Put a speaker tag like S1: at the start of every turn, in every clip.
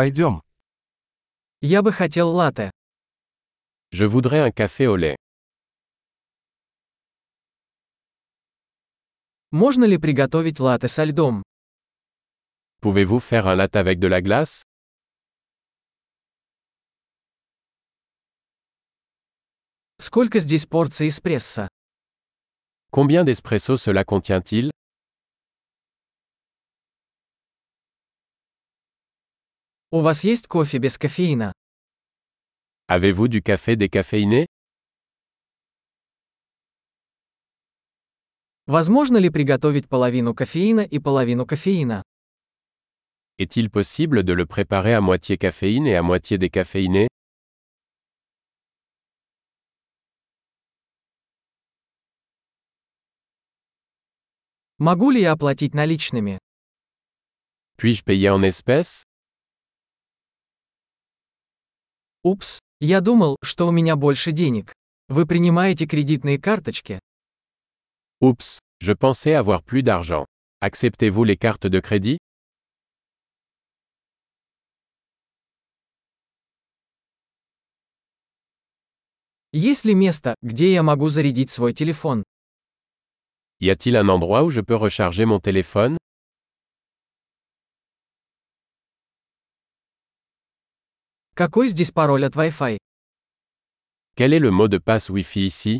S1: Пойдем.
S2: Я бы хотел латте.
S3: Je voudrais un café au lait.
S2: Можно ли приготовить латте со льдом?
S3: Pouvez-vous faire un latte avec de la glace
S2: Сколько здесь порций эспрессо?
S3: Combien d'espresso cela contient-il
S2: У вас есть кофе без кофеина?
S3: Avez-vous du café décaféiné
S2: Возможно ли приготовить половину кофеина и половину кофеина?
S3: Est-il possible de le préparer à moitié caféine et à moitié décaféiné
S2: Могу ли я оплатить наличными?
S3: Puis-je payer en espèces
S2: Упс, я думал, что у меня больше денег. Вы принимаете кредитные карточки?
S3: Oups, je pensais avoir plus d'argent. Acceptez-vous les cartes de crédit
S2: Есть ли место, где я могу зарядить свой телефон?
S3: Y a-t-il un endroit où je peux recharger mon téléphone
S2: Какой здесь пароль от Wi-Fi?
S3: Quel est le mot de passe Wi-Fi ici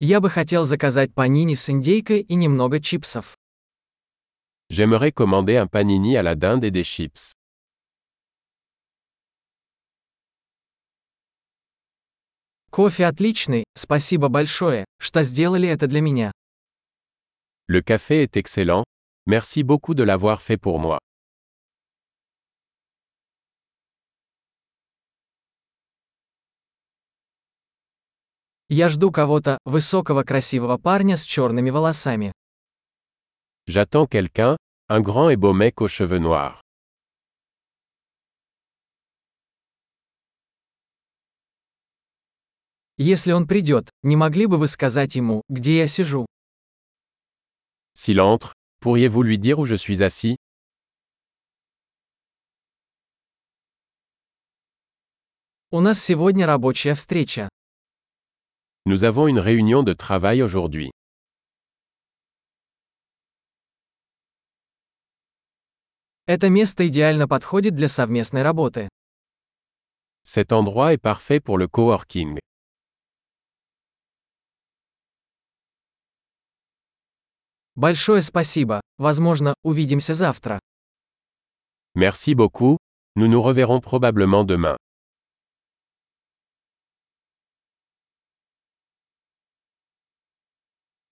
S2: Я бы хотел заказать панини с индейкой и немного чипсов.
S3: J'aimerais commander un panini à la dinde et des chips.
S2: Кофе отличный, спасибо большое, что сделали это для меня.
S3: Le café est excellent. Merci beaucoup de l'avoir fait pour moi.
S2: Я жду кого-то, высокого красивого парня с черными волосами.
S3: J'attends quelqu'un, un grand et beau mec aux cheveux noirs.
S2: Если он придет, не могли бы вы сказать ему, где я сижу?
S3: S'il entre, pourriez-vous lui dire où je suis assis
S2: У нас сегодня рабочая встреча.
S3: Nous avons une réunion de travail aujourd'hui.
S2: Это место идеально подходит для совместной работы.
S3: Cet endroit est parfait pour le coworking.
S2: Большое спасибо. Возможно, увидимся завтра.
S3: Merci beaucoup, nous nous reverrons probablement demain.